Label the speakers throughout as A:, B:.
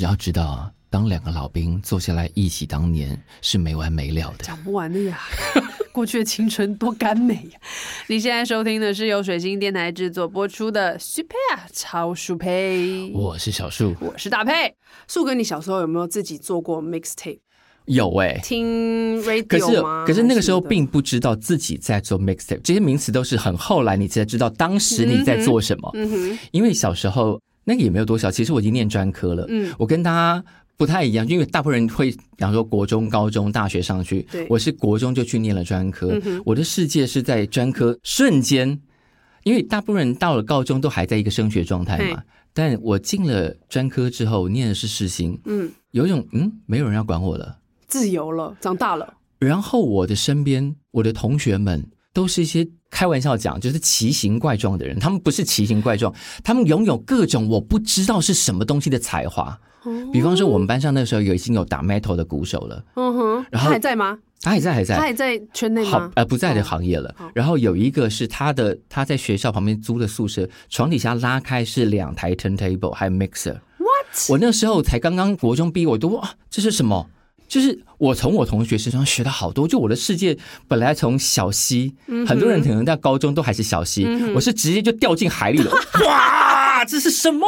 A: 要知道，当两个老兵坐下来忆起当年是没完没了的。
B: 讲不完的呀， 过去的青春多甘美呀！你现在收听的是由水星电台制作播出的《Super 超速配》，
A: 我是小树，
B: 我是大佩。树哥，你小时候有没有自己做过 mixtape？
A: 有哎、
B: 听
A: 可
B: radio
A: 是
B: 吗？
A: 可是那个时候
B: 还什么的
A: 并不知道自己在做 mixtape，这些名词都是很后来你才知道当时你在做什么。
B: 嗯哼，
A: 因为小时候那个也没有多少，其实我已经念专科了。
B: 嗯
A: 我跟他不太一样，因为大部分人会，比方说国中、高中、大学上去
B: 对，
A: 我是国中就去念了专科，
B: 嗯哼
A: 我的世界是在专科瞬间，因为大部分人到了高中都还在一个升学状态嘛
B: 嘿。
A: 但我进了专科之后，我念的是世新，
B: 嗯，
A: 有一种嗯，没有人要管我了。
B: 自由了，长大了，
A: 然后我的身边，我的同学们都是一些开玩笑讲，就是奇形怪状的人。他们不是奇形怪状，他们拥有各种我不知道是什么东西的才华。
B: 哦
A: 比方说，我们班上那时候有已经有打 metal 的鼓手了，
B: 嗯哼，他
A: 然后
B: 还在吗？
A: 他还在还
B: 他
A: 在，
B: 还在圈内
A: 好
B: 吗？
A: 呃不在的
B: 哦
A: 行业了
B: 好。
A: 然后有一个是他的，他在学校旁边租的宿舍，床底下拉开是两台 turntable 还有 mixer。
B: What？
A: 我那时候才刚刚国中毕业，我都哇，这是什么？就是我从我同学身上学到好多，就我的世界本来从小溪，
B: 嗯
A: 很多人可能到高中都还是小溪，我是直接就掉进海里 了，哇，这是什么？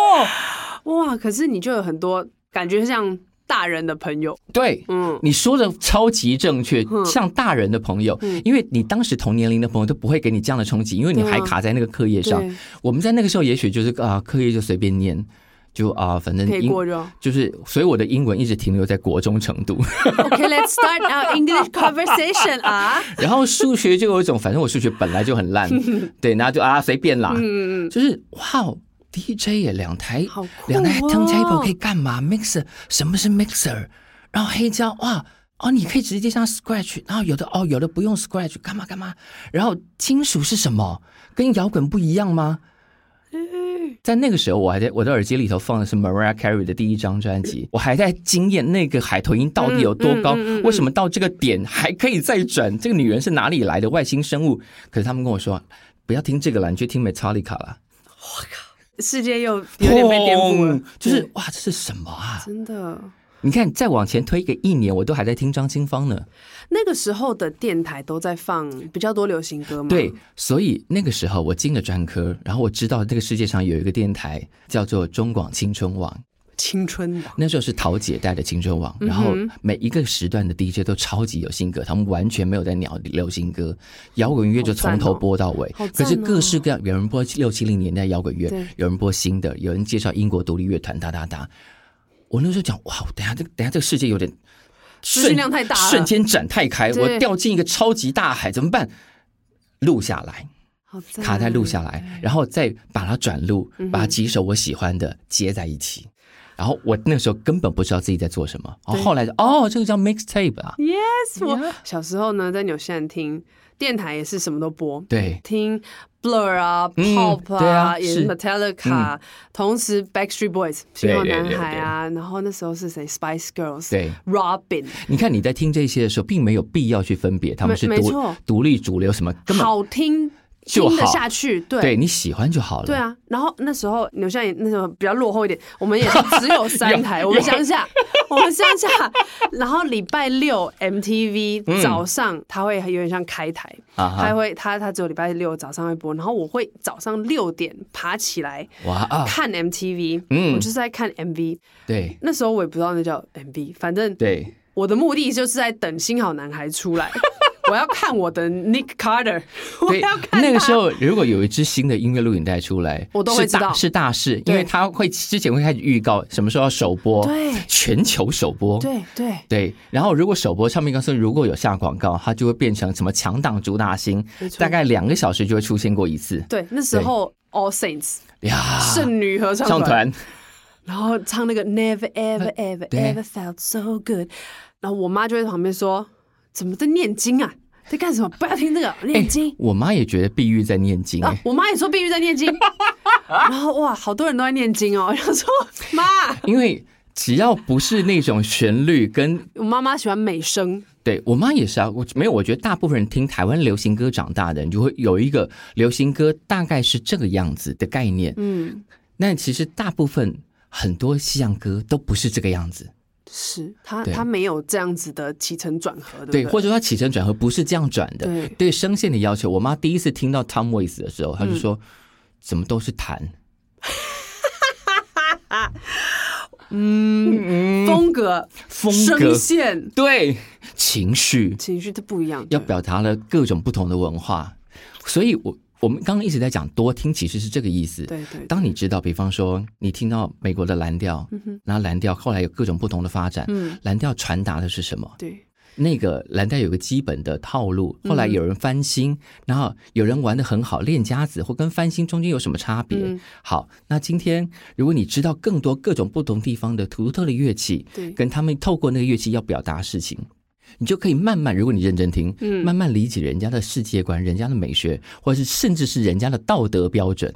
B: 哇！可是你就有很多感觉像大人的朋友，
A: 对，
B: 嗯，
A: 你说的超级正确
B: 嗯，
A: 像大人的朋友，因为你当时同年龄的朋友都不会给你这样的冲击，因为你
B: 对啊
A: 还卡在那个课业上
B: 对。
A: 我们在那个时候也许就是啊，课业就随便念，就啊，反正
B: 可以
A: 英
B: 过就好。
A: 就是，所以我的英文一直停留在国中程度。
B: OK，let's、start our English conversation 啊。
A: 然后数学就有一种，反正我数学本来就很 烂，对，然后就啊随便啦，
B: 嗯，
A: 就是哇，DJ 耶，两台、
B: 好酷
A: 两台
B: 哦
A: turntable 可以干嘛？mixer 什么是 mixer？然后黑胶哇哦，你可以直接上 scratch，然后有的哦有的不用 scratch，干嘛干嘛？然后金属是什么？跟摇滚不一样吗？在那个时候，我还在我的耳机里头放的是 Mariah Carey 的第一张专辑，我还在惊艳那个海豚音到底有多高，为什么到这个点还可以再转？这个女人是哪里来的外星生物？可是他们跟我说，不要听这个了，你去听 Metallica 啦。
B: 世界又有点被颠覆了
A: 砰，就是
B: 对
A: 哇，这是什么啊？
B: 真的。
A: 你看，再往前推个一年，我都还在听张清芳呢。
B: 那个时候的电台都在放比较多流行歌嘛，
A: 对，所以那个时候我进了专科，然后我知道这个世界上有一个电台叫做中广青春网，
B: 青春的。
A: 那时候是桃姐带的青春网，
B: 嗯
A: 然后每一个时段的 DJ 都超级有性格，他们完全没有在鸟流行歌，摇滚乐就从头播到尾。
B: 好赞
A: 可
B: 哦
A: 是各式各样，有人播六七零年代摇滚乐
B: 对，
A: 有人播新的，有人介绍英国独立乐团，哒哒哒。我那时候讲，哇，等一下这个等一下这个世界有点
B: 资
A: 瞬
B: 讯量太大了
A: 瞬间展太开，
B: 对
A: 我掉进一个超级大海，怎么办？录下来，
B: 好赞
A: 卡在录下来，然后再把它转录，
B: 嗯
A: 把几首我喜欢的接在一起。然后我那时候根本不知道自己在做什么，然后后来就哦，这个叫 mixtape 啊，
B: Yes，我小时候呢，在纽西兰听电台也是什么都播，
A: 对
B: 听 Blur 啊、
A: 嗯
B: Pop
A: 对啊
B: 也
A: 是嗯
B: Metallica，、同时 Backstreet Boys
A: 对
B: 星光
A: 对
B: 男
A: 对
B: 孩啊，然后那时候是谁 Spice Girls，
A: 对。
B: Robin，
A: 你看你在听这些的时候，并没有必要去分别他们是
B: 没没
A: 独
B: 错
A: 独立主流什么，根本
B: 好听，
A: 就
B: 听得
A: 好
B: 下去，对。
A: 对你喜欢就好了。
B: 对啊，然后那时候纽西兰也那时候比较落后一点，我们也是只有 三台，我们乡下， 我们乡下，然后礼拜六 MTV 早上它会有点像开台，
A: 嗯啊哈
B: 它会它它只有礼拜六早上会播，然后我会早上六点爬起来
A: 哇啊，
B: 看 MTV，
A: 嗯
B: 我就是在看 MV，
A: 对
B: 那时候我也不知道那叫 MV，反正
A: 对，
B: 我的目的就是在等《新好男孩》出 来，我要看我的 Nick Carter，我
A: 对
B: 要，看
A: 那个
B: 他
A: 时候如果有一支新的音乐录影带出来，
B: 我都会
A: 是大
B: 知道
A: 是大事，
B: 对
A: 因为他会之前会开始预告什么时候要首播，
B: 对
A: 全球首播，
B: 对对
A: 对然后如果首播唱片公司如果有下广告，它就会变成什么强档主打星
B: 没，错
A: 大概两个小时就会出现过一次
B: 对，那时候 All Saints
A: 呀，
B: 圣女合唱
A: 上啊团
B: 然后唱那个 Never Ever Ever
A: 对
B: Ever Felt So Good，然后我妈就会在旁边说：“怎么在念经啊？在干什么？不要听这个念经。
A: 我妈也觉得碧玉在念经、
B: 啊
A: 哎！
B: 我妈也说必须 在念经，然后哇，好多人都在念经哦。我想说，妈，
A: 欸因为只要不是那种旋律跟
B: 我妈妈喜欢美声，
A: 对我妈也是啊，我没有，我觉得大部分人听台湾流行歌长大的人，就会有一个流行歌大概是这个样子的概念。
B: 嗯，
A: 那其实大部分很多西洋歌都不是这个样子。
B: 是他
A: 对
B: 他没有这样子的起承转合，
A: 对，
B: 不
A: 或者说他起承转合不是这样转的，
B: 对
A: 对声线的要求。我妈第一次听到 Tom Waits 的时候，她就说：“
B: 嗯
A: 怎么都是弹
B: 风格、
A: 风格
B: 声？线、
A: 对，情绪
B: 情绪都不一样。
A: 要
B: 对
A: 表达了各种不同的文化。”所以我，我们刚刚一直在讲多听，其实是这个意思。
B: 对对，
A: 当你知道，比方说你听到美国的蓝调，然后蓝调后来有各种不同的发展，
B: 嗯
A: 蓝调传达的是什么？
B: 对
A: 那个蓝带有个基本的套路，
B: 嗯
A: 后来有人翻新，然后有人玩的很好，练家子或跟翻新中间有什么差别？
B: 嗯
A: 好，那今天如果你知道更多各种不同地方的独特的乐器，
B: 对
A: 跟他们透过那个乐器要表达事情，你就可以慢慢，如果你认真听，
B: 嗯
A: 慢慢理解人家的世界观、人家的美学，或者是甚至是人家的道德标准，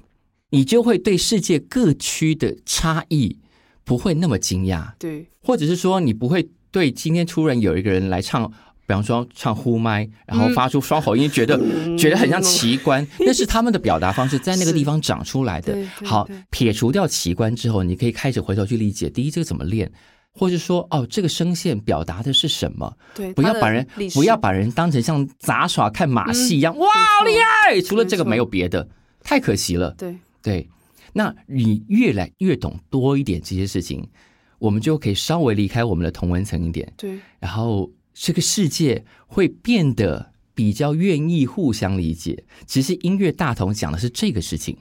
A: 你就会对世界各区的差异不会那么惊讶。
B: 对，
A: 或者是说你不会对今天突然有一个人来唱，比方说唱呼麦，然
B: 嗯
A: 后发出双喉音，觉得、觉得很像奇观，那是他们的表达方式，在那个地方长出 来的
B: 对。对
A: 好
B: 对，
A: 撇除掉奇观之后，你可以开始回头去理解，第一这个怎么练。或是说，哦，这个声线表达的是什么？
B: 对，
A: 不要
B: 他的
A: 把人
B: 历史嗯
A: 不要把人当成像杂耍看马戏一样，哇，好厉害！除了这个没有别的，太可惜了。
B: 对
A: 对，那你越来越懂多一点这些事情，我们就可以稍微离开我们的同文层一点，
B: 对
A: 然后这个世界会变得比较愿意互相理解。其实音乐大同讲的是这个事情，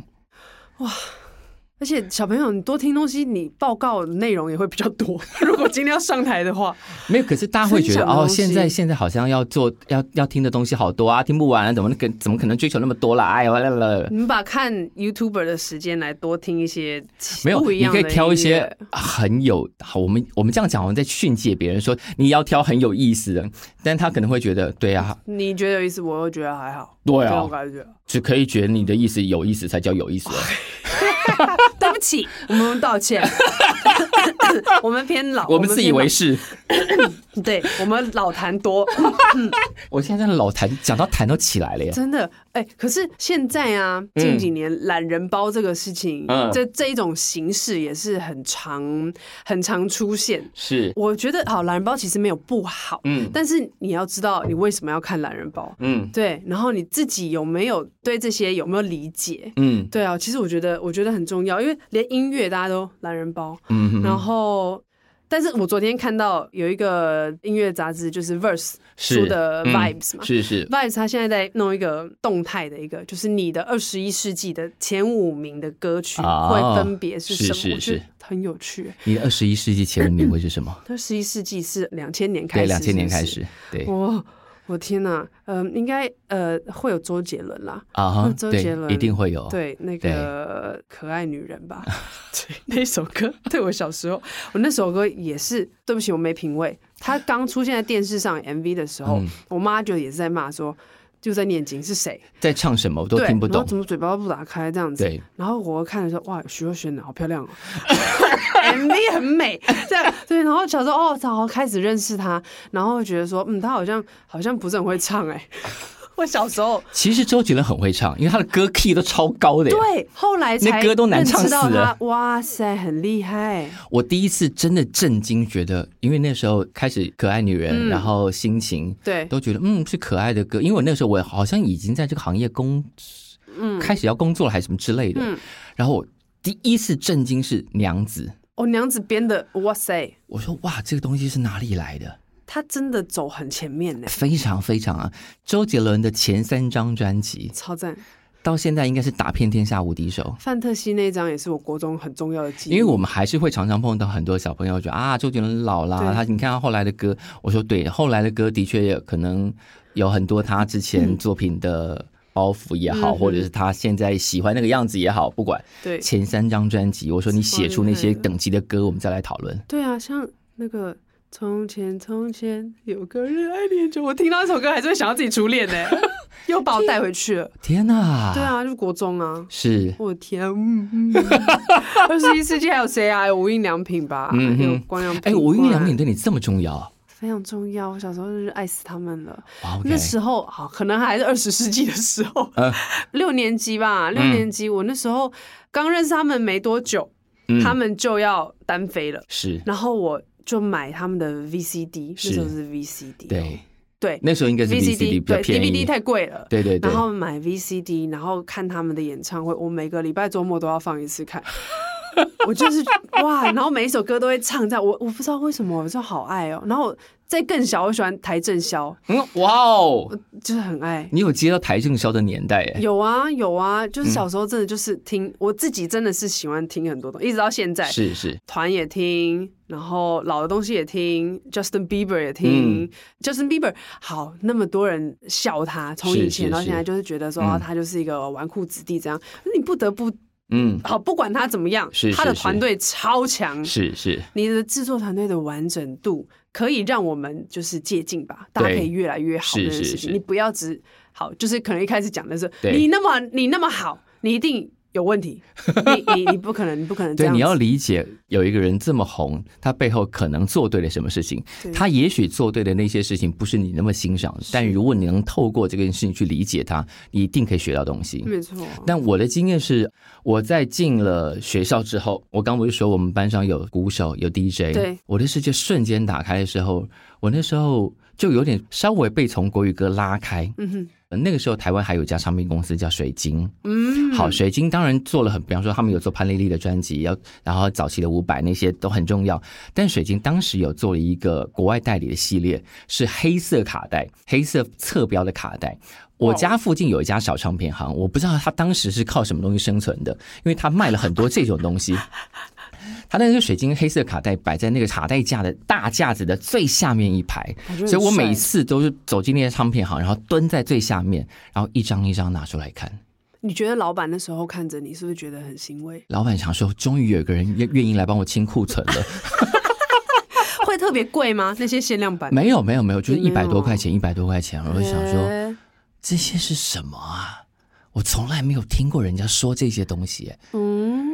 B: 而且小朋友，你多听东西，你报告的内容也会比较多。 如果今天要上台的话，
A: 没有，可是大家会觉得
B: 分享的
A: 哦，
B: 东西
A: 现在现在好像要做要要听的东西好多啊，听不完啊，怎么可怎么可能追求那么多啦？哎呀，啦啦啦
B: 你们把看 YouTuber 的时间来多听一些
A: 没有，
B: 不一
A: 你
B: 样的
A: 可以挑一
B: 音
A: 些
B: 乐
A: 很有好。我们我们这样讲，我们在训诫别人说你要挑很有意思的，但他可能会觉得，对啊，
B: 你觉得有意思，我又觉得还好。
A: 对
B: 这
A: 啊
B: 种，感觉。
A: 只可以觉得你的意思有意思才叫有意思哦。
B: 对不起，我们道歉。 我们偏老，
A: 我们自以为
B: 偏
A: 是。
B: 老对，我们老谈 多，
A: 我现在真的老痰讲到痰都起来了耶。
B: 真的。哎、可是现在啊，近几年懒人包这个事情，
A: 嗯
B: 这这一种形式也是很常、很常出现。
A: 是，
B: 我觉得好，懒人包其实没有不好，
A: 嗯
B: 但是你要知道你为什么要看懒人包，
A: 嗯
B: 对，然后你自己有没有对这些有没有理解？
A: 嗯
B: 对啊，其实我觉得我觉得很重要，因为连音乐大家都懒人包，
A: 嗯，
B: 然后，但是我昨天看到有一个音乐杂志，就是 Verse
A: 是
B: 出的
A: 嗯
B: Vibes 嘛。
A: 是是，
B: Vibes 它现在在弄一个动态的一个，就是你的二十一世纪的前五名的歌曲
A: 哦
B: 会分别是什么？
A: 是是
B: 我觉得
A: 是
B: 很有趣。
A: 你的二十一世纪前五名会是什么？
B: 二十一世纪是两千年嗯开
A: 对，
B: 始，
A: 两千年
B: 是不
A: 开
B: 是。
A: 始，对
B: 哦，我天哪，嗯、应该呃会有周杰伦啦，
A: 啊哈，
B: 周杰
A: 对，
B: 伦
A: 一定会有。
B: 对，那个可爱女人吧， 对，那首歌 对我小时候，我那首歌也是，对不起，我没品味。他刚出现在电视上 MV 的时候，
A: 嗯
B: 我妈就也是在骂说，就在念经是谁，
A: 在唱什么我都
B: 对
A: 听不
B: 然
A: 懂
B: 后。怎么嘴巴都不打开这样子。
A: 对，
B: 然后我看的时候，哇，徐若瑄的好漂亮哦 ，MV 很美，这样对。然后小时候哦，然后开始认识她，然后觉得说，嗯，她好像好像不是很会唱哎、我小时候
A: 其实周杰伦很会唱，因为他的歌 key 都超高的耶。
B: 对，后来才
A: 啊那歌都难唱死了
B: 认识到他哇塞，很厉害，
A: 我第一次真的震惊，觉得因为那时候开始可爱女人，
B: 嗯
A: 然后心情
B: 对
A: 都觉得嗯是可爱的歌，因为我那时候我好像已经在这个行业工，嗯，开始要工作了还是什么之类的。
B: 嗯
A: 然后我第一次震惊是娘子，
B: 哦，娘子编的，哇塞，
A: 我说哇，这个东西是哪里来的？
B: 他真的走很前面呢，
A: 非常非常啊！周杰伦的前三张专辑
B: 超赞。
A: 到现在应该是打遍天下无敌手。
B: 范特西那一张也是我国中很重要的记忆，
A: 因为我们还是会常常碰到很多小朋友觉得啊，周杰伦老啦，
B: 对
A: 他你看他后来的歌，我说对，后来的歌的确可能有很多他之前作品的包袱也好，
B: 嗯哼
A: 或者是他现在喜欢那个样子也好，不管
B: 对
A: 前三张专辑，我说你写出那
B: 超厉
A: 些
B: 害的
A: 等级的歌，我们再来讨论。
B: 对啊，像那个。从前，从前有个人爱恋着我。听到这首歌，还是会想要自己初 恋呢，又把我带回去了。
A: 天哪，
B: 对，啊，就国中啊，
A: 是
B: 我的天啊， 嗯嗯二十一世纪还有谁啊？有无印良品吧，
A: 嗯哼
B: 还有光良品
A: 哎，
B: 冠。
A: 无印良品对你这么重要啊
B: 非常重要。我小时候就是爱死他们了。
A: 哇？OK，
B: 那时候好，可能还是二十世纪的时候，
A: 嗯
B: 六年级吧，六年级，我那时候刚认识他们没多久。
A: 嗯
B: 他们就要单飞了，
A: 是，
B: 然后我就买他们的 VCD，那
A: 是
B: 时候是 VCD，
A: 对，
B: 对
A: 那时候应该是
B: VCD
A: 比较
B: 对
A: 便宜
B: DVD，太贵了。
A: 对对对
B: 然，后买 VCD，然后看他们的演唱会，我每个礼拜周末都要放一 次看。我就是哇，然后每一首歌都会唱在，我我不知道为什么，我就好爱哦。然后在更小，我喜欢邰正宵，
A: 嗯，哇哦，
B: 就是很爱。
A: 你有接到台正宵的年代哎，
B: 有啊有啊，
A: 嗯
B: 就是小时候真的就是听，我自己真的是喜欢听很多东西，一直到现在，
A: 是是，
B: 团也听，然后老的东西也听，Justin Bieber 也听、
A: 嗯
B: j u s t i n Bieber 好，那么多人笑他，从
A: 是
B: 以
A: 是
B: 前到现在
A: 是
B: 就是觉得说、
A: 嗯
B: 啊他就是一个纨绔子弟这样，可是你不得不
A: 嗯，
B: 好，不管他怎么样，
A: 是
B: 他的
A: 是是
B: 团队超强，
A: 是是，
B: 你的制作团队的完整度可以让我们就是接近吧，大家可以越来越好
A: 是
B: 这
A: 是
B: 件事情。
A: 是
B: 你不要只好，就是可能一开始讲的是
A: 对
B: 你那么你那么好，你一定有问题，你你你不可能你不可能 这
A: 对，
B: 样
A: 你要
B: 子。
A: 理解有一个人这么红，他背后可能做对了什么事情
B: 对，
A: 他也许做对的那些事情不是你那么欣赏，但如果你能透过这件事情去理解他，你一定可以学到东西。
B: 没错，
A: 但我的经验是，我在进了学校之后，我刚不是说我们班上有鼓手有 DJ，
B: 对，
A: 我的世界瞬间打开的时候，我那时候就有点稍微被从国语歌拉开。
B: 嗯哼，
A: 那个时候台湾还有一家唱片公司叫水晶，
B: 嗯，
A: 好，水晶当然做了很，比方说他们有做潘丽丽的专辑，要然后早期的伍佰那些都很重要。但水晶当时有做了一个国外代理的系列，是黑色卡带、黑色侧标的卡带。我家附近有一家小唱片行，我不知道他当时是靠什么东西生存的，因为他卖了很多这种东西。他那个水晶黑色卡带摆在那个卡带架的大架子的最下面一排，
B: 感觉很
A: 所以我每
B: 帅
A: 次都是走进那些唱片行，然后蹲在最下面，然后一张一张拿出来看。
B: 你觉得老板那时候看着你，是不是觉得很欣慰？
A: 老板想说，终于有个人愿愿意来帮我清库存了。
B: 会特别贵吗？那些限量版？
A: 没有，没有，没有，就是
B: 没
A: 一
B: 有
A: 百多块钱，一百多块钱。我就想说，
B: 哎，
A: 这些是什么啊？我从来没有听过人家说这些东西。
B: 嗯，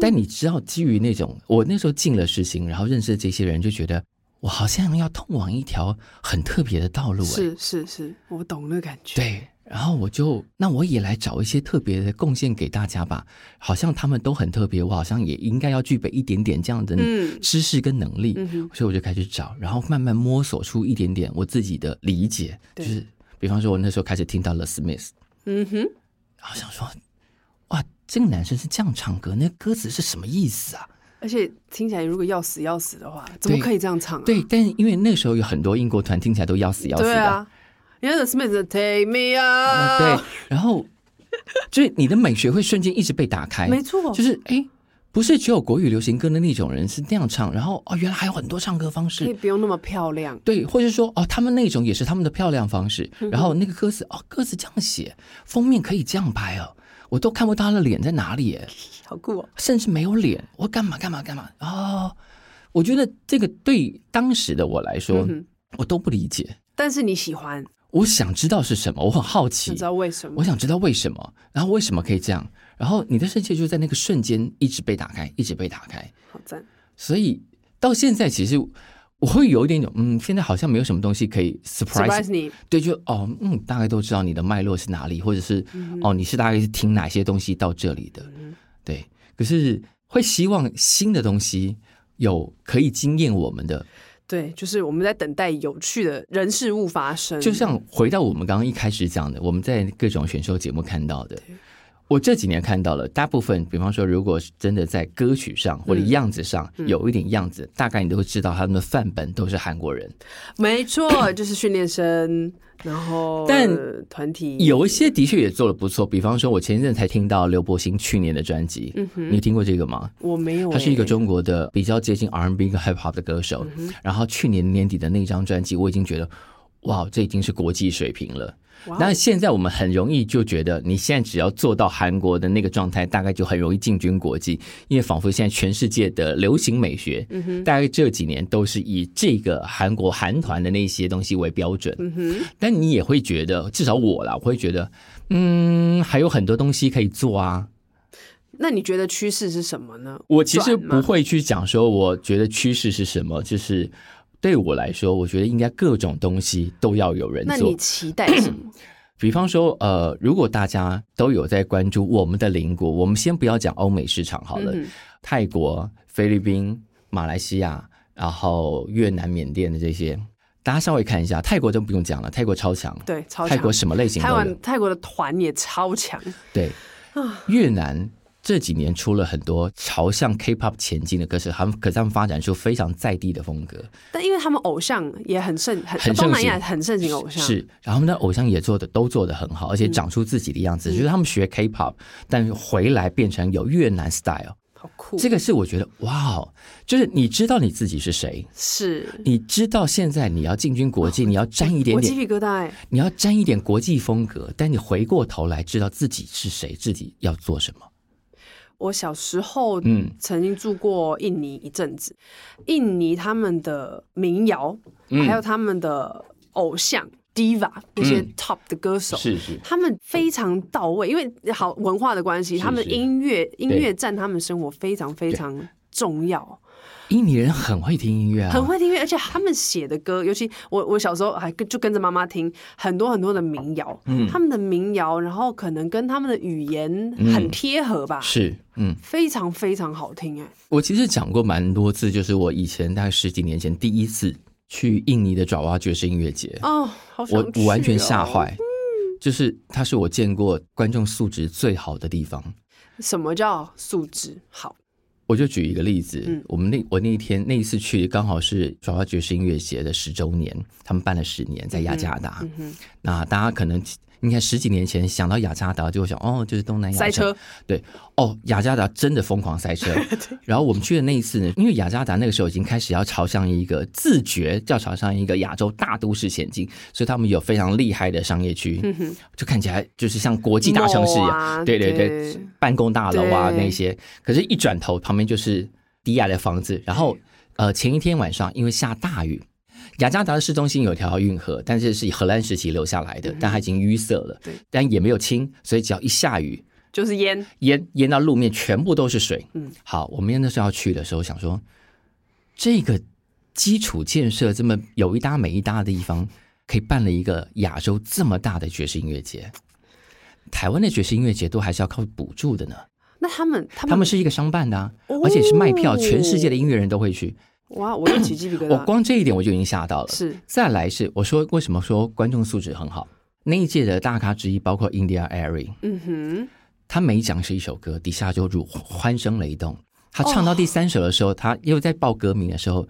A: 但你知道，基于那种我那时候进了事情，然后认识这些人，就觉得我好像要通往一条很特别的道路。哎
B: 是是是，我懂那个感觉。
A: 对，然后我就那我也来找一些特别的贡献给大家吧，好像他们都很特别，我好像也应该要具备一点点这样的
B: 嗯
A: 知识跟能力，
B: 嗯哼
A: 所以我就开始找，然后慢慢摸索出一点点我自己的理解，就
B: 对
A: 是比方说，我那时候开始听到了 Smith，
B: 嗯哼，
A: 然后想说，哇，这个男生是这样唱歌，那歌词是什么意思啊？
B: 而且听起来如果要死要死的话，怎么
A: 对
B: 可以这样唱啊？
A: 对，但因为那时候有很多英国团听起来都要死要死
B: 对
A: 的，
B: 啊，你看 The Smith 的 Take Me
A: 啊
B: Out，
A: 对，然后就是你的美学会瞬间一直被打开，
B: 没错，
A: 就是哎，诶不是只有国语流行歌的那种人是那样唱，然后哦，原来还有很多唱歌方
B: 可以
A: 式，
B: 不用那么漂亮。
A: 对，或者说哦，他们那种也是他们的漂亮方式，
B: 嗯
A: 然后那个歌词哦，歌词这样写，封面可以这样拍哦，我都看不到他的脸在哪里耶，
B: 好酷哦！
A: 甚至没有脸，我干嘛干嘛干嘛哦，我觉得这个对当时的我来说，
B: 嗯
A: 我都不理解，
B: 但是你喜欢，
A: 我想知道是什么，我很好奇，
B: 你知道为什么
A: 我？想知道为什么，然后为什么可以这样，然后你的世界就在那个瞬间一直被打开，一直被打开。
B: 好赞，
A: 所以到现在，其实我会有一点种，嗯，现在好像没有什么东西可以 surprise，,
B: surprise 你，
A: 对，就哦，嗯，大概都知道你的脉络是哪里，或者是、哦，你是大概是听哪些东西到这里的，
B: 嗯
A: 对。可是会希望新的东西有可以惊艳我们的，
B: 对，就是我们在等待有趣的人事物发生，
A: 就像回到我们刚刚一开始讲的，我们在各种选秀节目看到的。我这几年看到了，大部分，比方说，如果是真的在歌曲上或者样子上、有一点样子，大概你都会知道他们的范本都是韩国人。
B: 没错，就是训练生，然后
A: 但
B: 呃团体
A: 有一些的确也做的不错，比方说，我前一阵才听到刘柏辛去年的专辑，你听过这个吗？
B: 我没有欸，
A: 他是一个中国的比较接近 R&B 跟 Hip Hop 的歌手，然后去年年底的那张专辑，我已经觉得，哇，这已经是国际水平了。
B: 哇哦
A: 那现在我们很容易就觉得，你现在只要做到韩国的那个状态，大概就很容易进军国际，因为仿佛现在全世界的流行美学，
B: 嗯
A: 大概这几年都是以这个韩国韩团的那些东西为标准。
B: 嗯
A: 但你也会觉得，至少我啦，我会觉得，嗯，还有很多东西可以做啊。
B: 那你觉得趋势是什么呢？
A: 我其实
B: 转吗
A: 不会去讲说，我觉得趋势是什么，就是对我来说，我觉得应该各种东西都要有人
B: 那
A: 做
B: 你。期待什么？
A: 比方说，呃，如果大家都有在关注我们的邻国，我们先不要讲欧美市场好了，
B: 嗯
A: 泰国、菲律宾、马来西亚，然后越南、缅甸的这些，大家稍微看一下。泰国就不用讲了，泰国超强，
B: 对，超
A: 泰
B: 强。
A: 国什么类型
B: 台
A: 都有
B: 湾。啊泰国的团也超强，
A: 对，越南这几年出了很多朝向 K-pop 前进的歌手，他们可是他们发展出非常在地的风格，
B: 但因为他们偶像也很盛，很
A: 很盛行
B: 东南亚很盛行偶像，嗯
A: 是，然后他们的偶像也做的都做的很好，而且长出自己的样子，就是他们学 K-pop，但回来变成有越南 style，
B: 好酷，
A: 这个是我觉得哇，哦，就是你知道你自己是谁，
B: 嗯是
A: 你知道现在你要进军国
B: 哦
A: 际，你要沾一点
B: 我鸡
A: 点，
B: 皮疙瘩哎，
A: 你要沾一点国际风格，但你回过头来知道自己是谁，自己要做什么。
B: 我小时候
A: 嗯
B: 曾经住过印尼一阵子，印尼他们的民谣，还有他们的偶像 diva 那些
A: 嗯
B: top 的歌手，
A: 是，
B: 他们非常到位，因为好文化的关系，
A: 是
B: 他们
A: 是
B: 音乐音乐占他们生活非常非常重要，
A: 印尼人很会听音乐啊，
B: 很会听音乐，而且他们写的歌，尤其我我小时候还跟就跟着妈妈听很多很多的民谣，
A: 嗯
B: 他们的民谣，然后可能跟他们的语言很贴合吧，
A: 是，嗯，
B: 非常非常好听哎、
A: 我其实讲过蛮多次，就是我以前大概十几年前第一次去印尼的爪哇爵士音乐节，
B: 哦，好想
A: 我完全
B: 去哦
A: 吓。坏，就是它是我见过观众素质最好的地方。
B: 什么叫素质好？
A: 我就举一个例子，
B: 嗯
A: 我们那我那一天那一次去刚好是爪哇爵士音乐节的十周年，他们办了十年在雅加达。
B: 嗯哼，
A: 那大家可能你看十几年前想到雅加达就会想哦，就是东南亚
B: 塞车，
A: 对哦，雅加达真的疯狂塞 车。然后我们去的那一次呢，因为雅加达那个时候已经开始要朝向一个自觉要朝向一个亚洲大都市前进，所以他们有非常厉害的商业区，就看起来就是像国际大城市一样，
B: Mall 嗯啊
A: 对对对，
B: 对
A: 办公大楼啊
B: 对
A: 那些。可是，一转头旁边就是低矮的房子，然后呃，前一天晚上因为下大雨。雅加达的市中心有条运河，但是是荷兰时期留下来的，但它已经淤塞了
B: 嗯对，
A: 但也没有清，所以只要一下雨，
B: 就是烟，
A: 淹淹到路面全部都是水。
B: 嗯
A: 嗯，好，我们那时候要去的时候想说，这个基础建设这么有一搭没一搭的地方，可以办了一个亚洲这么大的爵士音乐节。台湾的爵士音乐节都还是要靠补助的呢，
B: 那他们他
A: 他
B: 们
A: 们是一个商办的、啊
B: 哦，
A: 而且是卖票，全世界的音乐人都会去。
B: 哇，我又起鸡皮疙
A: 我
B: 瘩。
A: 光这一点我就已经吓到了。
B: 啊是
A: 再来是我说为什么说观众素质很好？那一届的大咖之一包括 India Airy，
B: 嗯哼，
A: 他每讲是一首歌，底下就如欢声雷动。他唱到第三首的时候，他又在报歌名的时候，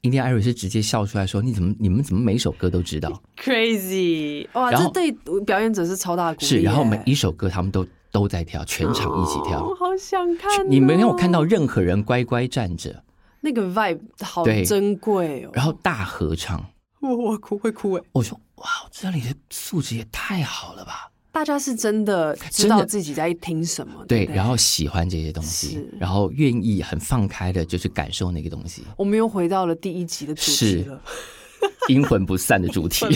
A: 印第安艾瑞是直接笑出来说：“你怎么你们怎么每首歌都知
B: 哦
A: 道
B: crazy，哇，
A: 然
B: 这
A: 后
B: 对表演者是超大的鼓？”励耶。
A: 是，然后每一首歌他们都都在跳，全场一起
B: 哦
A: 跳。
B: 好想看哦。哦
A: 你没有看到任何人乖乖站着，
B: 那个 vibe 好
A: 对
B: 珍贵哦。
A: 然后大合唱。
B: 我我哭会哭哎，
A: 我说：“哇，这里的素质也太好了吧
B: 大家是真的知道自己在听什么。！”
A: 对，
B: 不
A: 然后喜欢这些东西
B: 是，
A: 然后愿意很放开的，就是感受那个东西，
B: 我们又回到了第一集的主题
A: 是
B: 了。
A: 阴魂不散的主题。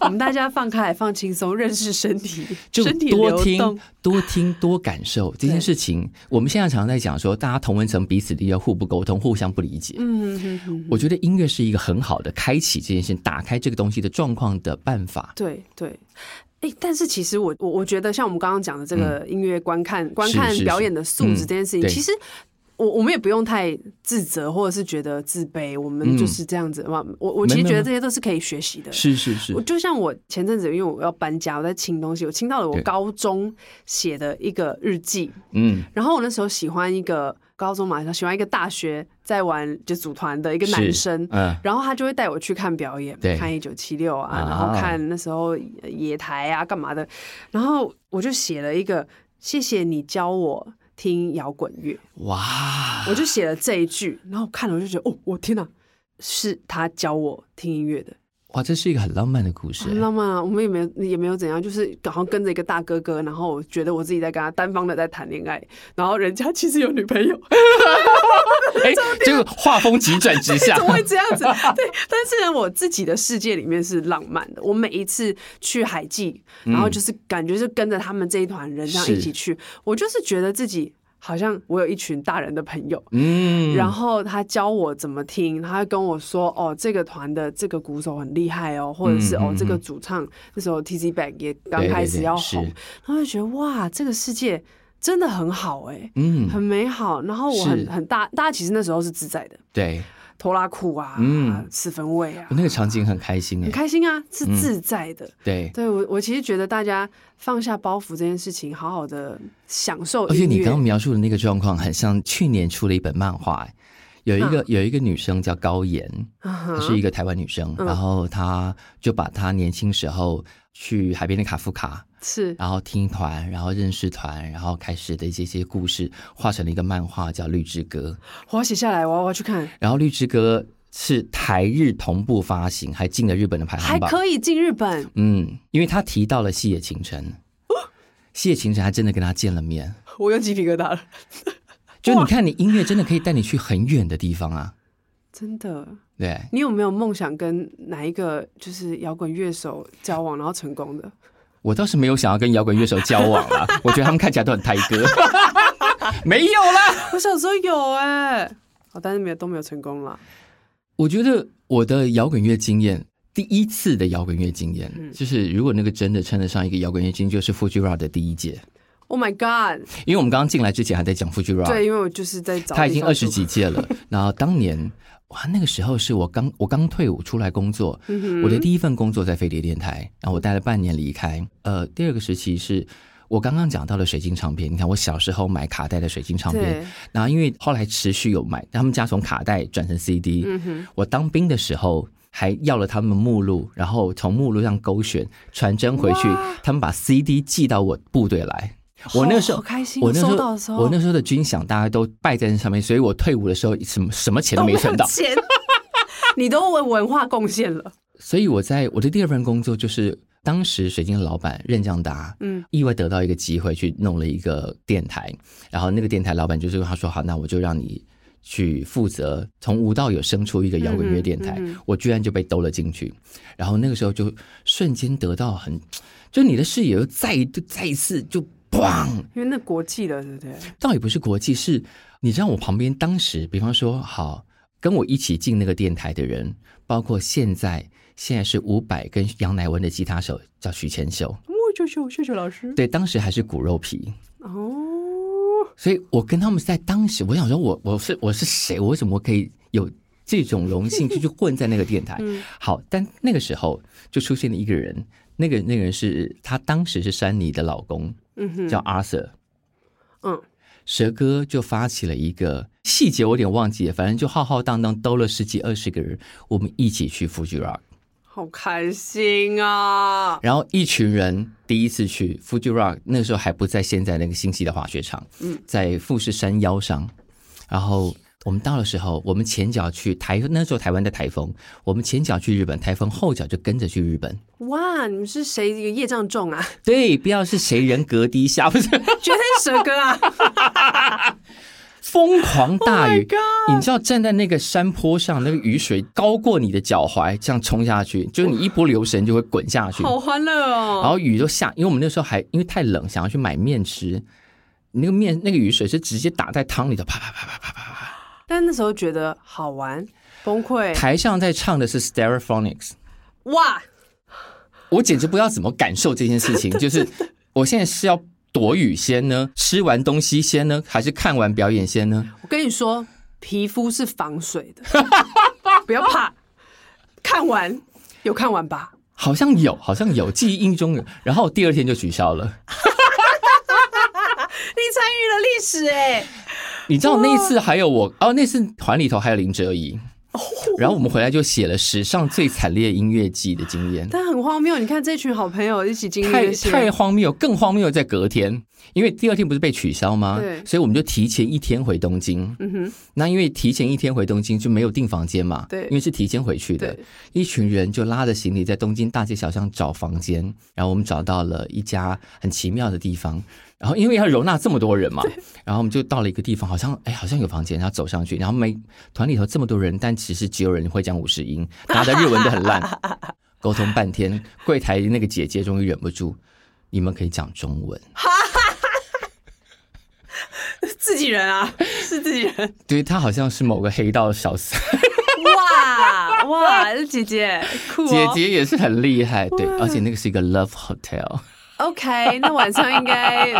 B: 我们大家放开来，放轻松，认识身体，
A: 就
B: 身体
A: 多
B: 流动
A: 听、多听、多感受这件事情。我们现在常在讲说，大家同文层彼此的要互不沟通、互相不理解。
B: 嗯哼哼哼，
A: 我觉得音乐是一个很好的开启这件事、打开这个东西的状况的办法。
B: 对对。哎、但是其实我我我觉得，像我们刚刚讲的这个音乐观看、观
A: 嗯是
B: 看
A: 是
B: 表演的素质
A: 嗯
B: 这件事情，
A: 对
B: 其实我我们也不用太自责，或者是觉得自卑，我
A: 嗯
B: 们就是这样子嘛。我我
A: 没
B: 其实
A: 没
B: 觉得
A: 没
B: 这些都是可以学习的。
A: 是是是
B: 我就像我前阵子，因为我要搬家，我在清东西，我清到了我
A: 对
B: 高中写的一个日记，
A: 嗯，
B: 然后我那时候喜欢一个高中嘛，喜欢一个大学在玩就组团的一个男
A: 是
B: 生，
A: 嗯，
B: 然后他就会带我去看表演，
A: 对
B: 看一九七六啊，
A: 啊
B: 然后看那时候呃野台啊干嘛的，然后我就写了一个谢谢你教我听摇滚乐，
A: 哇，
B: 我就写了这一句，然后看了我就觉得哦，我天哪，是他教我听音乐的，
A: 哇，这是一个很浪漫的故事
B: 很。浪漫啊！我们也没有也没有怎样，就是好像跟着一个大哥哥，然后我觉得我自己在跟他单方的在谈恋爱，然后人家其实有女朋友，
A: 哎，这个画风急转直下
B: 怎。么会这样子？ 对，但是呢，我自己的世界里面是浪漫的。我每一次去海
A: 嗯
B: 记，然后就是感觉是跟着他们这一团人这样一起去，我就是觉得自己。好像我有一群大人的朋友，
A: 嗯，
B: 然后他教我怎么听，他会跟我说：“哦，这个团的这个鼓手很厉害哦，或者是、
A: 嗯嗯
B: 哦，这个
A: 嗯
B: 主唱那时候 T Z Back 也刚
A: 对
B: 开
A: 对
B: 始
A: 对
B: 要
A: 是
B: 红，然后就觉得哇，这个世界真的很好哎、
A: 嗯，
B: 很美好。然后我很
A: 是
B: 很大，大家其实那时候是自在的，
A: 对，
B: 拖拉裤啊，
A: 嗯
B: 四分位啊，
A: 那个嗯场景很开心
B: 很
A: 哎，
B: 开心啊，是自在的。
A: 对，
B: 对我，我其实觉得大家放下包袱这件事情，好好的享受
A: 而且
B: 哦音
A: 你刚刚
B: 乐。
A: 描述的那个状况，很像去年出了一本漫画哎，有一个、
B: 嗯
A: 有一个女生叫高妍，
B: 啊
A: 她
B: 哈
A: 是一个台湾女生，
B: 嗯
A: 然后她就把她年轻时候去海边的卡夫卡，
B: 是
A: 然后听团，然后认识团，然后开始的一些一些故事，画成了一个漫画叫《绿之歌》，
B: 我要写下来，我要我要去看，
A: 然后《绿之歌》是台日同步发行，还进了日本的排
B: 还
A: 行榜。
B: 可以进 日本。
A: 嗯，因为他提到了细野晴臣，
B: 哦
A: 细野晴臣还真的跟他见了面。
B: 我有鸡皮疙瘩了，
A: 就你看，你音乐真的可以带你去很远的地方啊！
B: 真的。
A: 对，
B: 你有没有梦想跟哪一个就是摇滚乐手交往，然后成功 的？
A: 我倒是没有想要跟摇滚乐手交往啦，我觉得他们看起来都很胎哥。 没有啦，
B: 我小时候有哎、哦，但是没有都没有成功啦。
A: 我觉得我的摇滚乐经验，第一次的摇滚乐经验，就是如果那个真的称得上一个摇滚乐经验，就是 Fuji Rock 的第一届，
B: Oh my god！
A: 因为我们刚刚进来之前还在讲 Fuji Rock，
B: 对，因为我就是在找
A: 他已
B: 地
A: 经
B: 方
A: 二十
B: 住
A: 几届 了。然后当年，哇，那个时候是我刚我刚退伍出来工作，
B: 嗯
A: 我的第一份工作在飞碟电台，然后我待了半年离开。呃，第二个时期是。我刚刚讲到了水晶唱片，你看我小时候买卡带的水晶唱片
B: 对，
A: 然后因为后来持续有买，他们家从卡带转
B: 嗯
A: 成 CD、我当兵的时候还要了他们目录，然后从目录上勾选传真回去，他们把 CD 寄到我部队来。我那时候
B: 好开心哦
A: 我那时
B: 收到的时
A: 候
B: 候
A: 我那时候的军饷大家都败在那上面，所以我退伍的时候什么什么钱都没存到
B: 有，钱， 你都为文化贡献了。
A: 所以我在我的第二份工作就是当时水晶的老板任降达，
B: 嗯，
A: 意外得到一个机会去弄了一个电台，然后那个电台老板就是跟他说好，那我就让你去负责从无到有生出一个摇滚乐电
B: 嗯
A: 台，我居然就被兜了进去，然后那个时候就瞬间得到很，就你的视野又再一再一次就砰
B: 因为那国际的，对不对？
A: 倒也不是国际，是你知道我旁边当时，比方说好跟我一起进那个电台的人，包括现在现在是伍佰跟杨乃文的吉他手叫徐千秀，
B: 我就是我，谢谢老师。
A: 对，当时还是骨肉皮，
B: 哦，
A: 所以我跟他们在当时，我想说我我是我是谁，我为什么可以有这种荣幸 就去混在那个电台？好，但那个时候就出现了一个人，那个那个人是他当时是山妮的老公，
B: 嗯哼，
A: 叫 Arthur。
B: 嗯，
A: 蛇哥就发起了一个细节，我有点忘记了，反正就浩浩荡荡兜了十几二十个人，我们一起去 Fuji Rock，
B: 好开心啊！
A: 然后一群人第一次去 Fuji Rock，那时候还不在现在那个新西的滑雪场，在富士山腰上，然后。我们到的时候，我们前脚去台，那时候台湾的台风，我们前脚去日本，台风后脚就跟着去日本。
B: 哇，你们是谁这个业障重啊？
A: 对，不要是谁人格低下，不是
B: 绝对是蛇哥 啊！
A: 疯狂大
B: Oh my
A: 雨，你知道站在那个山坡上，那个雨水高过你的脚踝，这样冲下去，就是你一不留神就会滚下去。
B: 好欢乐
A: 然
B: 哦！
A: 后雨就下，因为我们那时候还因为太冷，想要去买面吃，那个面那个雨水是直接打在汤里头，啪啪啪啪啪啪啪。
B: 但那时候觉得好玩，崩溃
A: 台上在唱的是 Stereophonics，
B: 哇！
A: 我简直不知道怎么感受这件事 情，就是我现在是要躲雨先呢，吃完东西先呢，还是看完表演先呢？
B: 我跟你说，皮肤是防水 的，不要怕。看完有看完吧？
A: 好像有，好像有，记忆印中有。然后第二天就取消了。
B: 你参与了历史哎、
A: 你知道那一次还有我哦，那次团里头还有林哲怡，然后我们回来就写了史上最惨烈音乐季的经验，
B: 但很荒谬。你看这群好朋友一起经历
A: 太
B: 这些，
A: 太荒谬，更荒谬在隔天，因为第二天不是被取消吗？
B: 对
A: 所以我们就提前一天回东京。
B: 嗯哼，
A: 那因为提前一天回东京就没有订房间嘛，
B: 对
A: 因为是提前回去的
B: 对，
A: 一群人就拉着行李在东京大街小巷找房间，然后我们找到了一家很奇妙的地方，然后因为要容纳这么多人嘛，然后我们就到了一个地方，好像哎好像有房间，然后走上去，然后每团里头这么多人，但其实只有人会讲五十音，大家的日文都很 烂，沟通半天，柜台那个姐姐终于忍不住，你们可以讲中文。
B: 自己 人啊，是自己人。
A: 对他好像是某个黑道小三，
B: 哇哇，这姐姐 酷
A: 姐
B: 哦。
A: 姐也是很厉害，对，
B: 哇
A: 而且那个是一个 love hotel。。
B: OK，那晚上应该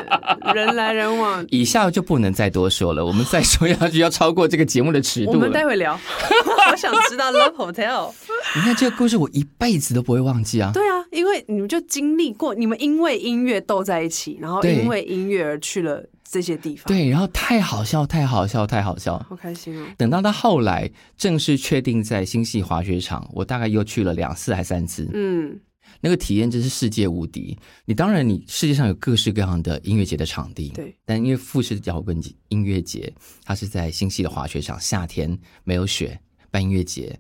B: 人来人往
A: 以下就不能再多说了，我们再说下去要超过这个节目的尺
B: 我
A: 度
B: 们待
A: 了。
B: 会聊， 我想知道 Love Hotel。
A: 你看这个故事，我一辈子都不会忘记啊。
B: 对啊，因为你们就经历过，你们因为音乐斗在一起，然后
A: 对
B: 因为音乐而去了这些地方，，
A: 对，然后太好笑，太好笑，太好笑。
B: 好开心哦。
A: 等到他后来正式确定在星系滑雪场，我大概又去了两次还三次，
B: 嗯，
A: 那个体验真是世界无敌。你当然，你世界上有各式各样的音乐节的场地，
B: 对，
A: 但因为富士摇滚音乐节，它是在星系的滑雪场，夏天没有雪办音乐节，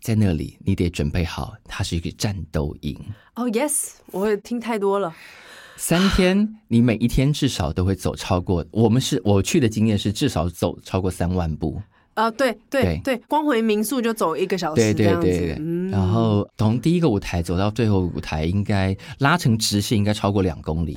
A: 在那里你得准备好，它是一个战斗营，
B: 哦、y e s 我也听太多了。
A: 三天你每一天至少都会走超过，我们是我去的经验是至少走超过三万步，
B: 啊，对对对，光回民宿就走一个小
A: 对
B: 时哦这
A: 对
B: 样子，
A: 对对，
B: 嗯，
A: 然后从第一个舞台走到最后舞台，应该拉成直线应该超过两公
B: 哦
A: 里，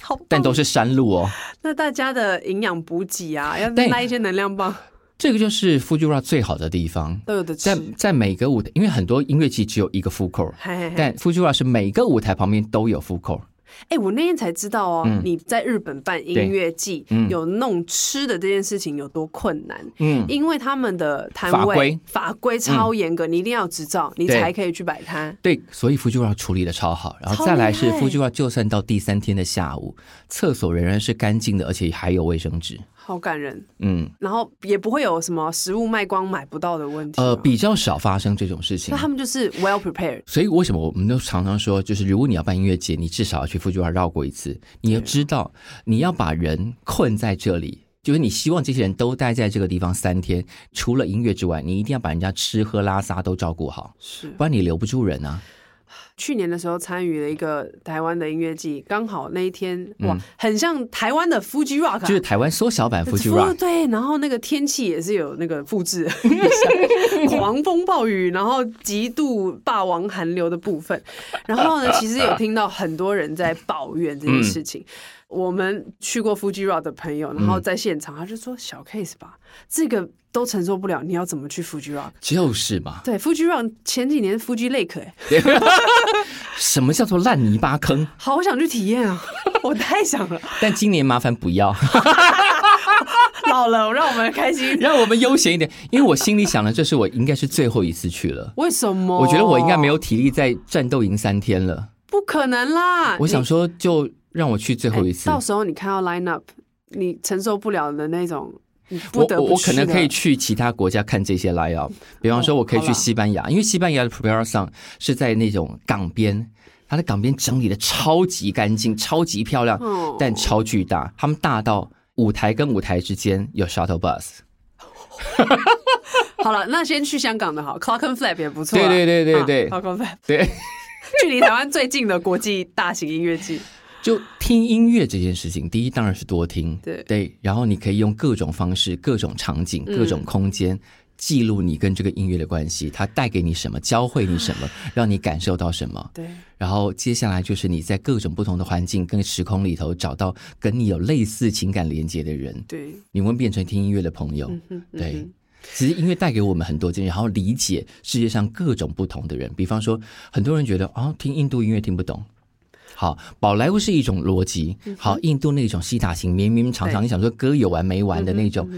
B: 好棒，
A: 但都是山路哦。
B: 那大家的营养补给啊，要
A: 对
B: 带一些能量棒
A: 这个就是 Fujura 最好的地方，
B: 都有的吃
A: 在。在每个舞台，因为很多音乐季只有一个 full court，
B: 嘿嘿嘿
A: 但 Fujura 是每个舞台旁边都有 full court。
B: 哎、我那天才知道哦，
A: 嗯
B: 你在日本办
A: 对
B: 音乐季，
A: 嗯
B: 有弄吃的这件事情有多困难，
A: 嗯，
B: 因为他们的摊
A: 法
B: 位
A: 规
B: 法规超严格，你一定要有执照，你
A: 对
B: 才可以去摆摊。
A: 对，所以 Fujura 处理的超好，然后再来是
B: 超厉害
A: Fujura，就算到第三天的下午，厕所仍然是干净的，而且还有卫生纸。
B: 好感人，
A: 嗯，
B: 然后也不会有什么食物卖光买不到的问题嘛。
A: 呃，比较少发生这种事情
B: 哦那。他们就是 well prepared，
A: 所以为什么我们都常常说，就是如果你要办音乐节，你至少要去 Fujura 绕过一次。你要知道，你要把人困在这里，就是你希望这些人都待在这个地方三天，除了音乐之外，你一定要把人家吃喝拉撒都照顾好，
B: 是
A: 不然你留不住人啊。
B: 去年的时候参与了一个台湾的音乐季，刚好那一天哇，
A: 嗯
B: 很像台湾的 Fuji Rock，、啊、
A: 就是台湾缩小版 Fujura，
B: 对，然后那个天气也是有那个复制 一下，狂风暴雨，然后极度霸王寒流的部分。然后呢，其实有听到很多人在抱怨这件事
A: 嗯
B: 情。我们去过 Fuji Rock 的朋友，然后在现场他就说：“小 case 吧，这个都承受不了，你要怎么去 Fuji Rock？”
A: 就是嘛。
B: 对，Fuji Rock 前几年 Fuji Lake，、欸、
A: 什么叫做烂泥巴坑？
B: 好想去体验啊， 我太想了。
A: 但今年麻烦不要，
B: 老了，让我们 开心。
A: 让我们悠闲一点，因为我心里想的，这是我应该是最后一次去了。
B: 为什么？
A: 我觉得我应该没有，体力在战斗营三天了。
B: 不可能啦！
A: 我
B: 你
A: 想说，就让我去最后一次。
B: 到时候你看到 line up，你承受不了的那种，你不
A: 我
B: 得
A: 我
B: 不
A: 我可能
B: 去
A: 可以
B: 的
A: 去其他国家看这些 line up，比方说我可以
B: 哦
A: 去
B: 好啦
A: 西班牙，因为西班牙的 p r e p a r a s o n 是在那种港边，它的港边整理的超级干净、超级漂亮
B: 哦，
A: 但超巨大，他们大到舞台跟舞台之间有 shuttle bus。
B: 好了，那先去香港的好，Clock and Flap 也不错啊。
A: 对对对对对
B: 啊，Clock and Flap
A: 对，
B: 距离台湾最近的国际大型音乐季。
A: 就听音乐这件事情，第一当然是多听，
B: 对嗯
A: 对，然后你可以用各种方式、各种场景、各种空间。记录你跟这个音乐的关系，它带给你什么，教会你 什么，让你感受到什么。
B: 对，
A: 然后接下来就是你在各种不同的环境跟时空里头找到跟你有类似情感连接的人，
B: 对，
A: 你会变成听音乐的朋友。
B: 嗯嗯
A: 对，其实音乐带给我们很多经历，然后理解世界上各种不同的人。比方说，很多人觉得哦，听印度音乐听不懂。好，宝莱坞是一种逻辑，好，印度那种西塔型绵绵长长，
B: 嗯对嗯
A: 你想说歌有完没完的那种，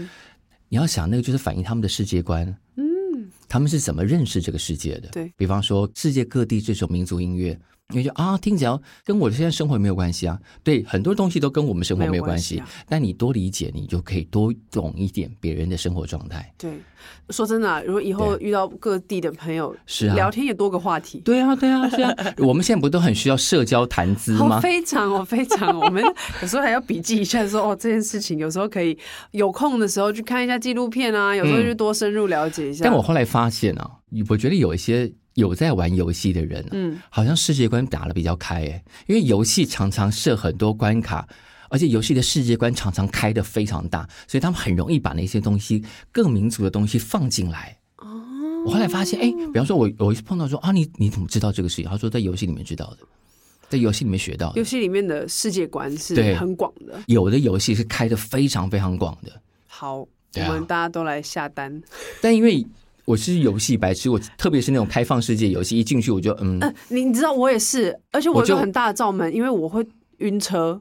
A: 你要想那个就是反映他们的世界观，嗯，他们是怎么认识这个世界的？
B: 对
A: 比方说世界各地这种民族音乐，你就啊，听起来跟我现在生活没有关系啊，对，很多东西都跟我们生活
B: 没有
A: 没有关
B: 关
A: 系，
B: 系啊
A: 但你多理解，你就可以多懂一点别人的生活状态。
B: 对。说真的啊、如果以后遇到各地的朋友，
A: 是啊
B: 聊天也多个话题。
A: 对啊，对啊，是啊， 我们现在不都很需要社交谈资
B: 好，
A: 吗？
B: 非常哦，非常哦，我们 有时候还要笔记一下说哦这件事情，有时候可以有空的时候去看一下纪录片啊，有时候就多深入了解一下。
A: 嗯但我后来发现啊，我觉得有一些有在玩游戏的人、嗯，好像世界观打得比较开诶，因为游戏常常设很多关卡。而且游戏的世界观常常开得非常大，所以他们很容易把那些东西各民族的东西放进来。我后来发现，哎，比方说我，我一碰到说啊，你你怎么知道这个事情？他说在游戏里面知道的，在游戏里面学到
B: 游
A: 的。
B: 戏里面的世界观是
A: 对
B: 很广的。
A: 有的游戏是开的非常非常广的，
B: 好，我
A: 对啊
B: 们大家都来下单。
A: 但因为我是游戏白痴，我特别是那种开放世界游戏，一进去我就嗯，
B: 嗯、你你知道我也是，而且
A: 我
B: 我有一个
A: 就
B: 很大的罩门，因为我会 晕车。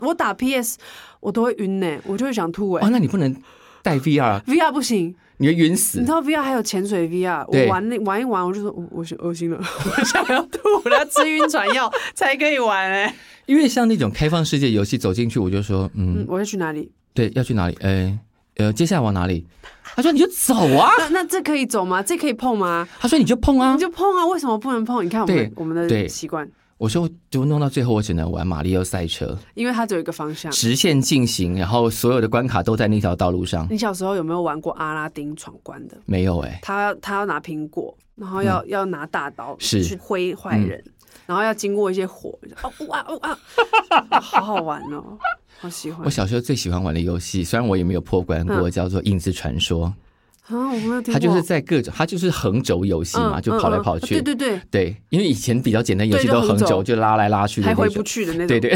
B: 我打 PS 我都会晕呢、我就会想吐哎、
A: 哦，那你不能带 VR，
B: VR 不行，
A: 你会晕
B: 你
A: 死
B: 知。道 VR 还有潜水 VR，
A: 对
B: 我玩那玩一玩，我就说我我想恶 心了，我想要吐，我要吃晕船药才可以玩哎、
A: 因为像那种开放世界游戏走进去，我就说嗯，
B: 嗯，我要去哪里？
A: 对，要去哪里？呃呃，接下来往哪里？他说你就走 啊，
B: 那那这可以走吗？这可以碰吗？
A: 他说你就碰啊
B: 你。就碰啊，为什么不能碰？你看我
A: 对
B: 们我们
A: 对
B: 的习惯，
A: 我说就弄到最后，我只能玩马里奥赛车，
B: 因为它只有一个方向。
A: 直线进行，然后所有的关卡都在那条道路上。
B: 你小时候有没有玩过阿拉丁闯关的？
A: 没有哎、
B: 他他要拿苹果，然后要、要拿大刀
A: 嗯是嗯
B: 去挥坏人，然后要经过一些火，哦哇哦啊，好好玩哦，好喜欢
A: 我小时候最喜欢玩的游戏，虽然我也没有破关过，叫做《影子传说
B: 啊！我没嗯有》，听过，
A: 它就是在各种，它就是横轴游戏嘛，
B: 嗯
A: 就跑来
B: 嗯嗯
A: 跑去。
B: 对对对，
A: 对因为以前比较简单游戏
B: 对就
A: 都横
B: 横
A: 轴，
B: 轴
A: 就拉来拉去的
B: 还
A: 那
B: 回不
A: 种。
B: 去的那种，
A: 对对，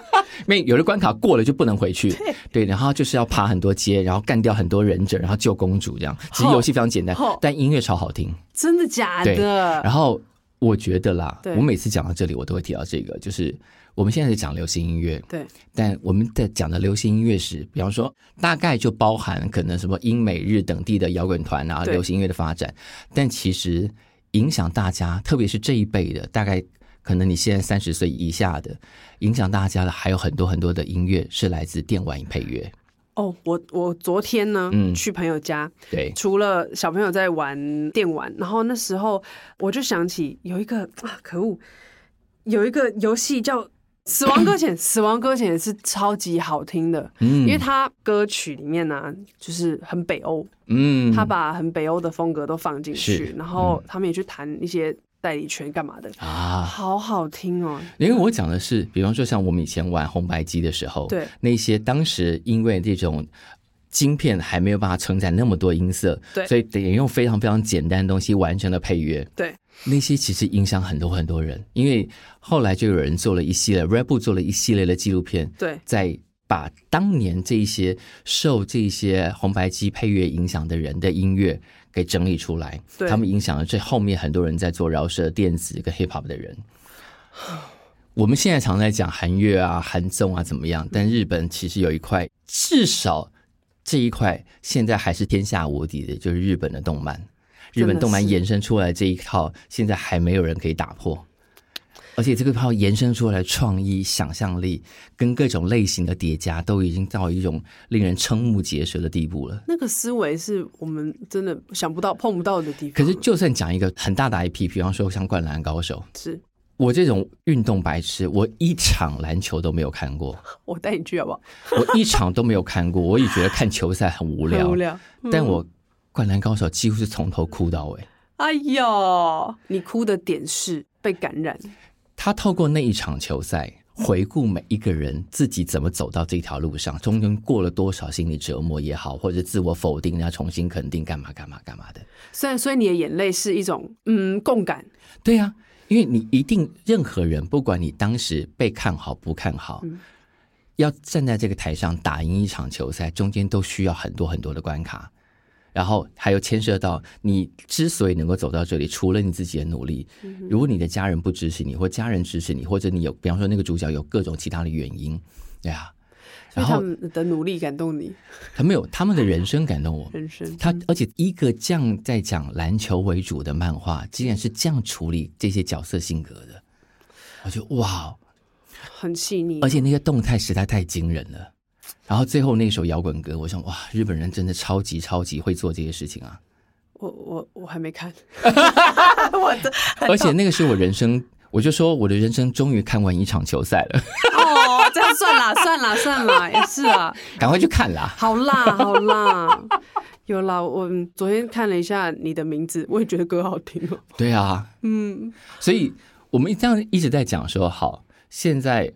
A: 因为有的关卡过了就不能回去，对，然后就是要爬很多阶，然后干掉很多忍者，然后救公主这样。其实游戏非常简单
B: 吼，
A: 但音乐超好听。
B: 真的假
A: 对
B: 的？
A: 然后我觉得啦，
B: 对
A: 我每次讲到这里，我都会提到这个，就是我们现在是讲流行音乐，
B: 对，
A: 但我们在讲的流行音乐时，比方说大概就包含可能什么英美日等地的摇滚团啊，
B: 对
A: 流行音乐的发展，但其实影响大家，特别是这一辈的，大概。可能你现在三十岁以下的，影响大家的还有很多很多的音乐是来自电玩配乐，
B: 哦，我我昨天呢、
A: 嗯
B: 去朋友家，
A: 对，
B: 除了小朋友在玩电玩，然后那时候我就想起有一个啊，可恶，有一个游戏叫《死亡搁 浅》，《死亡搁浅》也是超级好听的，
A: 嗯
B: 因为它歌曲里面呢、啊就是很北欧，
A: 嗯，
B: 他把很北欧的风格都放进
A: 是
B: 去，然后他们也去谈一些代理权干嘛的，
A: 啊，
B: 好好听哦，
A: 因为我讲的是，比方说像我们以前玩红白机的时候，
B: 对
A: 那些当时因为这种。晶片还没有办法承载那么多音色，
B: 对
A: 所以得用非常非常简单的东西完成了配乐。
B: 对，
A: 那些其实影响很多很多人，因为后来就有人做了一系列 r e b o 做了一系列的纪录片，
B: 对
A: 在把当年这一些受这些红白机配乐影响的人的音乐给整理出来，
B: 对
A: 他们影响了这后面很多人在做饶舌、电子跟 hip hop 的人。我们现在常在讲韩乐啊、韩综啊怎么
B: 嗯
A: 样，但日本其实有一块，至少这一块现在还是天下无敌的，就是日本的动漫。日
B: 真
A: 本
B: 的
A: 动漫
B: 是
A: 延伸出来这一套，现在还没有人可以打破。而且这个套延伸出来的创意、想象力跟各种类型的叠加，都已经到一种令人瞠目结舌的地步了。
B: 那个思维是我们真的想不到、碰不到的地
A: 可
B: 方。
A: 是，就算讲一个很大的 IP，比方说像《灌篮高手》，
B: 是
A: 我这种运动白痴，我一场篮球都没有看过，
B: 我带你去好不好？
A: 我一场都没有看过，我也觉得看球赛很无
B: 很
A: 聊。
B: 无聊。嗯
A: 但我《灌篮高手》几乎是从头哭到尾。
B: 哎呦，你哭的点是被感染，
A: 他透过那一场球赛，回顾每一个人自己怎么走到这条路上，中间过了多少心理折磨也好，或者自我否定，然后重新肯定，干嘛干嘛干嘛的。
B: 虽然所以你的眼泪是一种嗯共感，
A: 对呀、因为你一定任何人，不管你当时被看好不看好，
B: 嗯
A: 要站在这个台上打赢一场球赛，中间都需要很多很多的关卡，然后还有牵涉到你之所以能够走到这里，除了你自己的努力，
B: 嗯
A: 如果你的家人不支持你，或家人支持你，或者你有，比方说那个主角有各种其他的原因，对啊，
B: 所
A: 然
B: 以他
A: 后
B: 们的努力感动你
A: 他们有他们的人生感动我，
B: 人生。
A: 他而且一个这样在讲篮球为主的漫画，竟然是这样处理这些角色性格的，我就哇！
B: 很细腻
A: 而，且那些动态实在太惊人了。然后最后那首摇滚歌，我想哇，日本人真的超级超级会做这些事情 啊！
B: 我我我还没看，我的
A: 而且那个是我人生，我就说我的人生终于看完一场球赛了，
B: 哦，这样算啦算啦算啦，也是啊，
A: 赶快去看啦！
B: 好啦好啦，有啦，我嗯昨天看了一下你的名字，我也觉得歌好听哦，
A: 对啊，
B: 嗯，
A: 所以我们这样一直在讲说，好，现在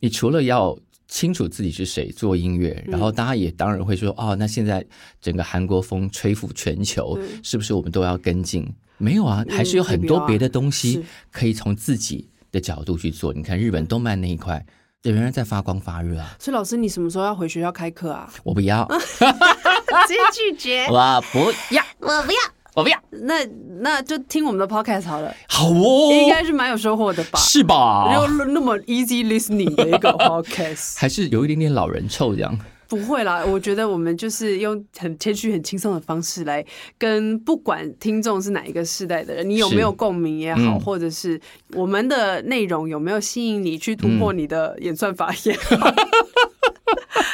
A: 你除了要清楚自己是谁做音乐，然后大家也当然会说，哦，那现在整个韩国风吹拂全球
B: 对，
A: 是不是我们都要跟进？没有啊，还是有很多别的东西
B: 是
A: 可以从自己的角度去做。你看日本动漫那一块，这仍然在发光发 热啊！
B: 所以老师，你什么时候要回学校开课啊？
A: 我不要，
B: 直接拒 绝，
A: 我不要，
B: 我不要。
A: 我不要，
B: 那那就听我们的 podcast 好了，
A: 好哦，
B: 应该是蛮有收获的吧？
A: 是吧？
B: 就那么 easy listening 的一个 podcast，
A: 还是有一点点老人臭这样。
B: 不会啦，我觉得我们就是用很谦虚、很轻松的方式来跟不管听众是哪一个世代的人，你有没有
A: 是
B: 共鸣也好，
A: 嗯
B: 或者是我们的内容有没有吸引你去突破你的
A: 嗯
B: 演算法也好，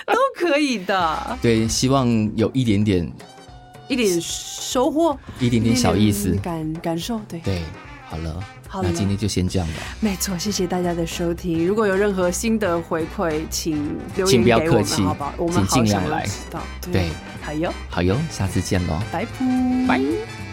B: 都可以的，
A: 对，希望有一点点，
B: 一点收获，
A: 一点点小意
B: 一
A: 思
B: 点。感感受，对。
A: 对，好了，
B: 好了
A: 那今天就先这样吧。
B: 没错，谢谢大家的收听。如果有任何新的回馈，请留言
A: 请不要
B: 给我
A: 客
B: 们，
A: 气
B: 好不好？我们
A: 请
B: 好
A: 尽
B: 想
A: 量
B: 要
A: 来
B: 知道。
A: 对，
B: 好哟，
A: 好哟，下次见喽，
B: 拜拜。
A: 拜。